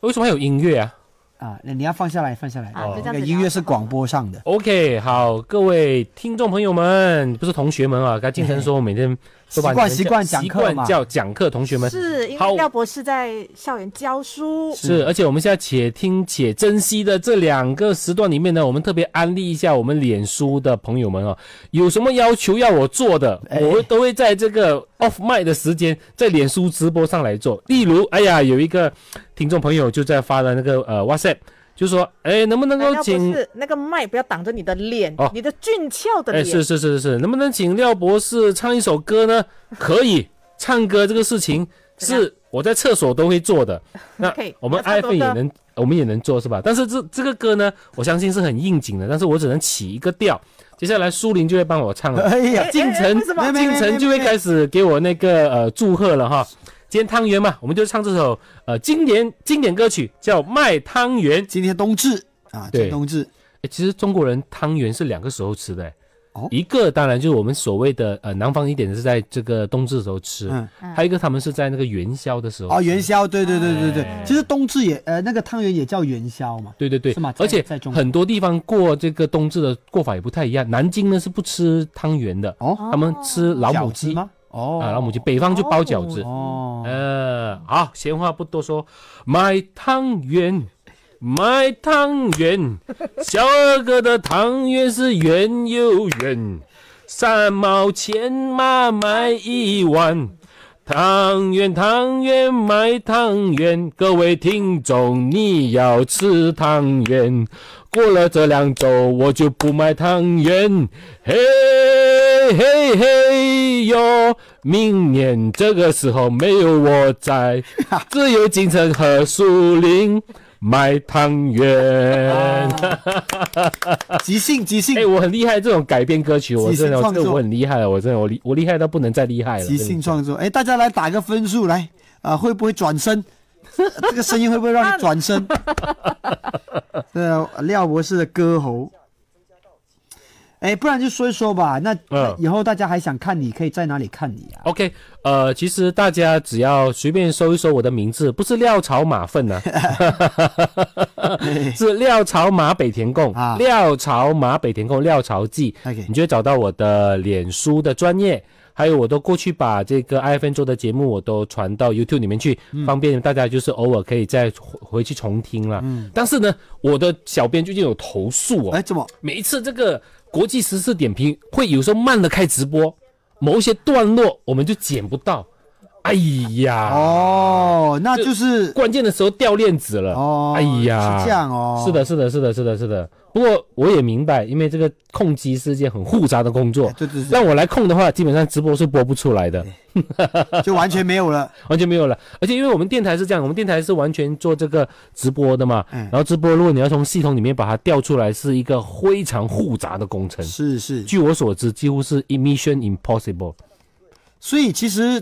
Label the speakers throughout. Speaker 1: 为什么还有音乐啊？
Speaker 2: 啊，那你要放下来，放下来。
Speaker 3: 啊，就这
Speaker 2: 那
Speaker 3: 样
Speaker 2: 个
Speaker 3: 子。
Speaker 2: 音乐是广。播上的，
Speaker 1: OK，好，各位听众朋友们，不是同学们啊，刚晋生说我每天都把你们
Speaker 2: 习惯
Speaker 1: 叫
Speaker 2: 习
Speaker 1: 习
Speaker 2: 惯讲课嘛
Speaker 1: 惯叫讲课，同学们
Speaker 3: 是因
Speaker 1: 好
Speaker 3: 为廖博士在校园教书，
Speaker 1: 是，
Speaker 2: 嗯
Speaker 1: 而且我们现在且听且珍惜的这两个时段里面呢，我们特别安利一下我们脸书的朋友们哦，有什么要求要我做的，
Speaker 2: 哎
Speaker 1: 我都会在这个 off mic 的时间，在脸书直播上来做。例如，哎呀，有一个听众朋友就在发了那个呃 WhatsApp，就说，哎，能不能
Speaker 3: 那
Speaker 1: 够
Speaker 3: 廖博
Speaker 1: 请
Speaker 3: 士那个麦不要挡着你的脸
Speaker 1: 哦，
Speaker 3: 你的俊俏的
Speaker 1: 哎，
Speaker 3: 脸
Speaker 1: 是。是是是是，能不能请廖博士唱一首歌呢？可以，唱歌这个事情
Speaker 3: 怎样
Speaker 1: 是我在厕所都会做的。那
Speaker 3: 可以
Speaker 1: 我们
Speaker 3: 那差不
Speaker 1: iPhone
Speaker 3: 多
Speaker 1: 也
Speaker 3: 的
Speaker 1: 能，我们也能做是吧？但是这这个歌呢，我相信是很应景的，但是我只能起一个调。接下来苏林就会帮我唱了，
Speaker 2: 哎呀
Speaker 3: 哎，
Speaker 1: 进
Speaker 3: 哎
Speaker 1: 城
Speaker 3: 为什么
Speaker 2: 没没
Speaker 1: 进城就会开始给我那个呃祝贺了哈。今天汤圆嘛，我们就唱这首呃经典经典歌曲，叫《卖汤圆》。
Speaker 2: 今天冬至啊，
Speaker 1: 对
Speaker 2: 今天冬至，
Speaker 1: 诶其实中国人汤圆是两个时候吃的、诶
Speaker 2: 哦
Speaker 1: 一个当然就是我们所谓的呃南方一点的是在这个冬至的时候吃，
Speaker 2: 嗯，
Speaker 1: 还有一个他们是在那个元宵的时候
Speaker 2: 哦，
Speaker 1: 吃
Speaker 2: 元，宵，对对对对
Speaker 1: 哎
Speaker 2: 对，其实冬至也，呃，那个汤圆也叫元宵嘛，
Speaker 1: 对对对
Speaker 2: 是吗，在
Speaker 1: 而且
Speaker 2: 在中国
Speaker 1: 很多地方过这个冬至的过法也不太一样，南京呢是不吃汤圆的，
Speaker 2: 哦，
Speaker 1: 他们吃老母
Speaker 2: 饺子
Speaker 1: 鸡
Speaker 2: 吗？哦，
Speaker 1: 啊，老母鸡，北方就包饺子。
Speaker 2: 哦，
Speaker 1: 呃，好，闲话不多说，买汤圆，买汤圆， 小二哥的汤圆是圆又圆，三毛钱嘛买一碗。汤圆，汤圆，买汤圆，各位听众，你要吃汤圆。过了这两周，我就不买汤圆。嘿嘿嘿哟，明年这个时候没有我在，只有金城和苏林买汤 圆。
Speaker 2: 啊即兴即兴
Speaker 1: 哎、我很厉害，这种改编歌曲，我
Speaker 2: 即兴
Speaker 1: 真的，我
Speaker 2: 创
Speaker 1: 真的
Speaker 2: 作
Speaker 1: 我很厉害了，我真的，我厉我厉害到不能再厉害了。
Speaker 2: 即
Speaker 1: 真的
Speaker 2: 兴创作，哎，大家来打个分数来，啊，会不会转 身？这个声音会不会让你转身？这廖博士的歌喉，哎，不然就说一说吧。那那
Speaker 1: 嗯
Speaker 2: 以后大家还想看你，可以在哪里看你啊？
Speaker 1: OK，呃，其实大家只要随便搜一搜我的名字，不是廖朝马粪啊呢、 是廖朝马北田贡，
Speaker 2: 啊
Speaker 1: 廖朝马北田贡，廖朝记，
Speaker 2: OK
Speaker 1: 你就会找到我的脸书的专业。还有，我都过去把这个 i f n 做的节目，我都传到 YouTube 里面去，
Speaker 2: 嗯
Speaker 1: 方便大家就是偶尔可以再回回去重听啦。但是呢，我的小编最近有投诉哦，
Speaker 2: 嗯哎，怎么？
Speaker 1: 每一次这个国际时事点评会有时候慢了开直播，某一些段落我们就剪不到。哎呀，
Speaker 2: 哦，那就是
Speaker 1: 关键的时候掉链子了。
Speaker 2: 哦，
Speaker 1: 哎呀，
Speaker 2: 是这样哦，
Speaker 1: 是的，是的，是的，是的，是的。不过我也明白，因为这个控机是一件很复杂的工作
Speaker 2: 哎，，对对对，
Speaker 1: 让我来控的话，基本上直播是播不出来的。
Speaker 2: 就完全没有 了。
Speaker 1: 完全没有了。而且因为我们电台是这样，我们电台是完全做这个直播的嘛，
Speaker 2: 嗯
Speaker 1: 然后直播如果你要从系统里面把它调出来，是一个非常复杂的工程。
Speaker 2: 是是，
Speaker 1: 据我所知，几乎是 Emission Impossible。
Speaker 2: 所以其实，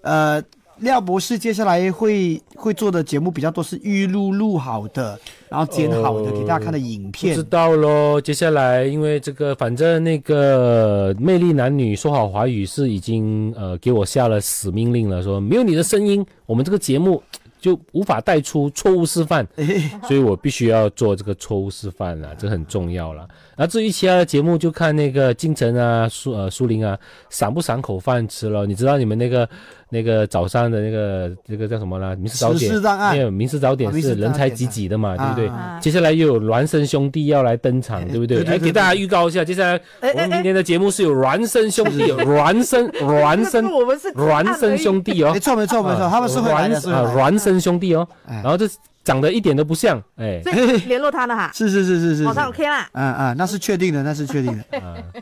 Speaker 2: 呃，廖博士接下来会会做的节目比较多是预录录好的，然后剪好的、
Speaker 1: 哦
Speaker 2: 给大家看的影
Speaker 1: 不
Speaker 2: 片
Speaker 1: 知。道喽，接下来因为这个，反正那个《魅力男女说好华语》是已经呃给我下了死命令了，说没有你的声音，我们这个节目就无法带出错误示 范。
Speaker 2: 哎，
Speaker 1: 所以我必须要做这个错误示范啦，这很重要啦。那至于其他的节目，就看那个金晨啊、苏呃苏林啊，赏不赏口饭吃咯。你知道你们那个那个早上的那个那个叫什么啦？民事早
Speaker 2: 时
Speaker 1: 点
Speaker 2: 事，档案
Speaker 1: 没有民事早点
Speaker 2: 啊民事
Speaker 1: 是
Speaker 2: 早点
Speaker 1: 人才济济的嘛，对
Speaker 2: 啊哎
Speaker 1: 不对？
Speaker 3: 啊
Speaker 1: 接下来又有孪生兄弟要来登场，对不对
Speaker 2: 对？对
Speaker 1: 来
Speaker 2: 对
Speaker 1: 给大家预告一下，接下来我
Speaker 3: 哎哎
Speaker 1: 们明
Speaker 3: 哎，
Speaker 1: 天的节目是有孪生兄弟，有孪生孪
Speaker 3: 这
Speaker 1: 生
Speaker 3: 个 我们是只按
Speaker 1: 孪生兄弟哦
Speaker 2: 哎没，错没错没错，
Speaker 1: 啊
Speaker 2: 他们是会来的，
Speaker 1: 孪
Speaker 2: 是会来
Speaker 1: 啊
Speaker 2: 的。
Speaker 1: 孪生兄弟哦，
Speaker 2: 哎
Speaker 1: 然后这长得一点都不像，哎。
Speaker 3: 而已，所以联络他了哈，
Speaker 2: 是是是是是
Speaker 3: 网
Speaker 2: 是，
Speaker 3: 上 OK 啦。
Speaker 2: 嗯嗯，那是确定的，那是 确定的。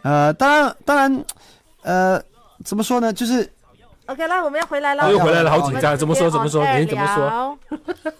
Speaker 2: 呃，当然当然，呃，怎么说呢？就是
Speaker 3: OK 啦，我们要回来了。哦
Speaker 1: 我又回来了，好
Speaker 2: 我哎
Speaker 3: 啊
Speaker 1: 紧张！怎么说？怎么说？你怎么说？
Speaker 3: 说？